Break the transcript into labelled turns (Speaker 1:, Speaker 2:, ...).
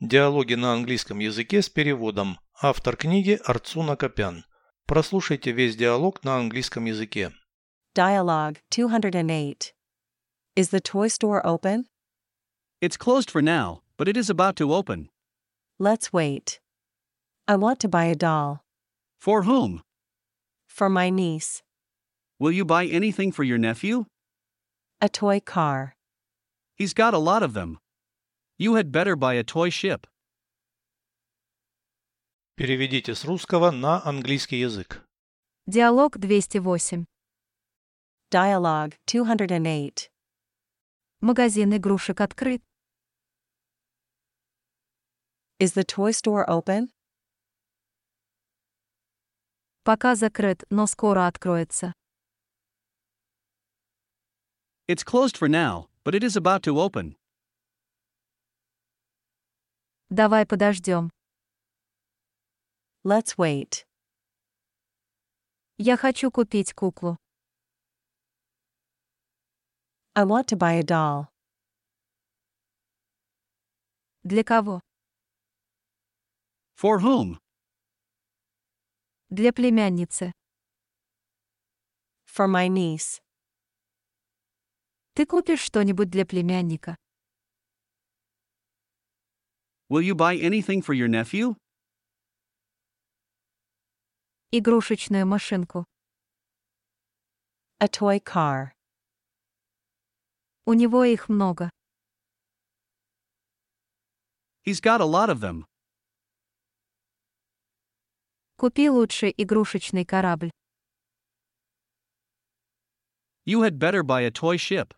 Speaker 1: Диалоги на английском языке с переводом. Автор книги Арцуна Копян. Прослушайте весь диалог на английском языке.
Speaker 2: Dialogue 208. Is the toy store open?
Speaker 3: It's closed for now, but it is about to open.
Speaker 2: Let's wait. I want to buy a doll.
Speaker 3: For whom?
Speaker 2: For my niece.
Speaker 3: Will you buy anything for your nephew?
Speaker 2: A toy car.
Speaker 3: He's got a lot of them. You had better buy a toy ship.
Speaker 1: Переведите с русского на английский язык.
Speaker 4: Диалог 208.
Speaker 2: Dialogue 208.
Speaker 4: Магазин игрушек открыт.
Speaker 2: Is the toy store open?
Speaker 4: Пока закрыт, но скоро откроется.
Speaker 3: It's closed for now, but it is about to open.
Speaker 4: Давай подождем.
Speaker 2: Let's wait.
Speaker 4: Я хочу купить куклу.
Speaker 2: I want to buy a doll.
Speaker 4: Для кого?
Speaker 3: For whom?
Speaker 4: Для племянницы.
Speaker 2: For my niece.
Speaker 4: Ты купишь что-нибудь для племянника.
Speaker 3: Will you buy anything for your nephew?
Speaker 4: Игрушечную машинку.
Speaker 2: A toy car.
Speaker 4: У него их много.
Speaker 3: He's got a lot of them.
Speaker 4: Купи лучше игрушечный корабль.
Speaker 3: You had better buy a toy ship.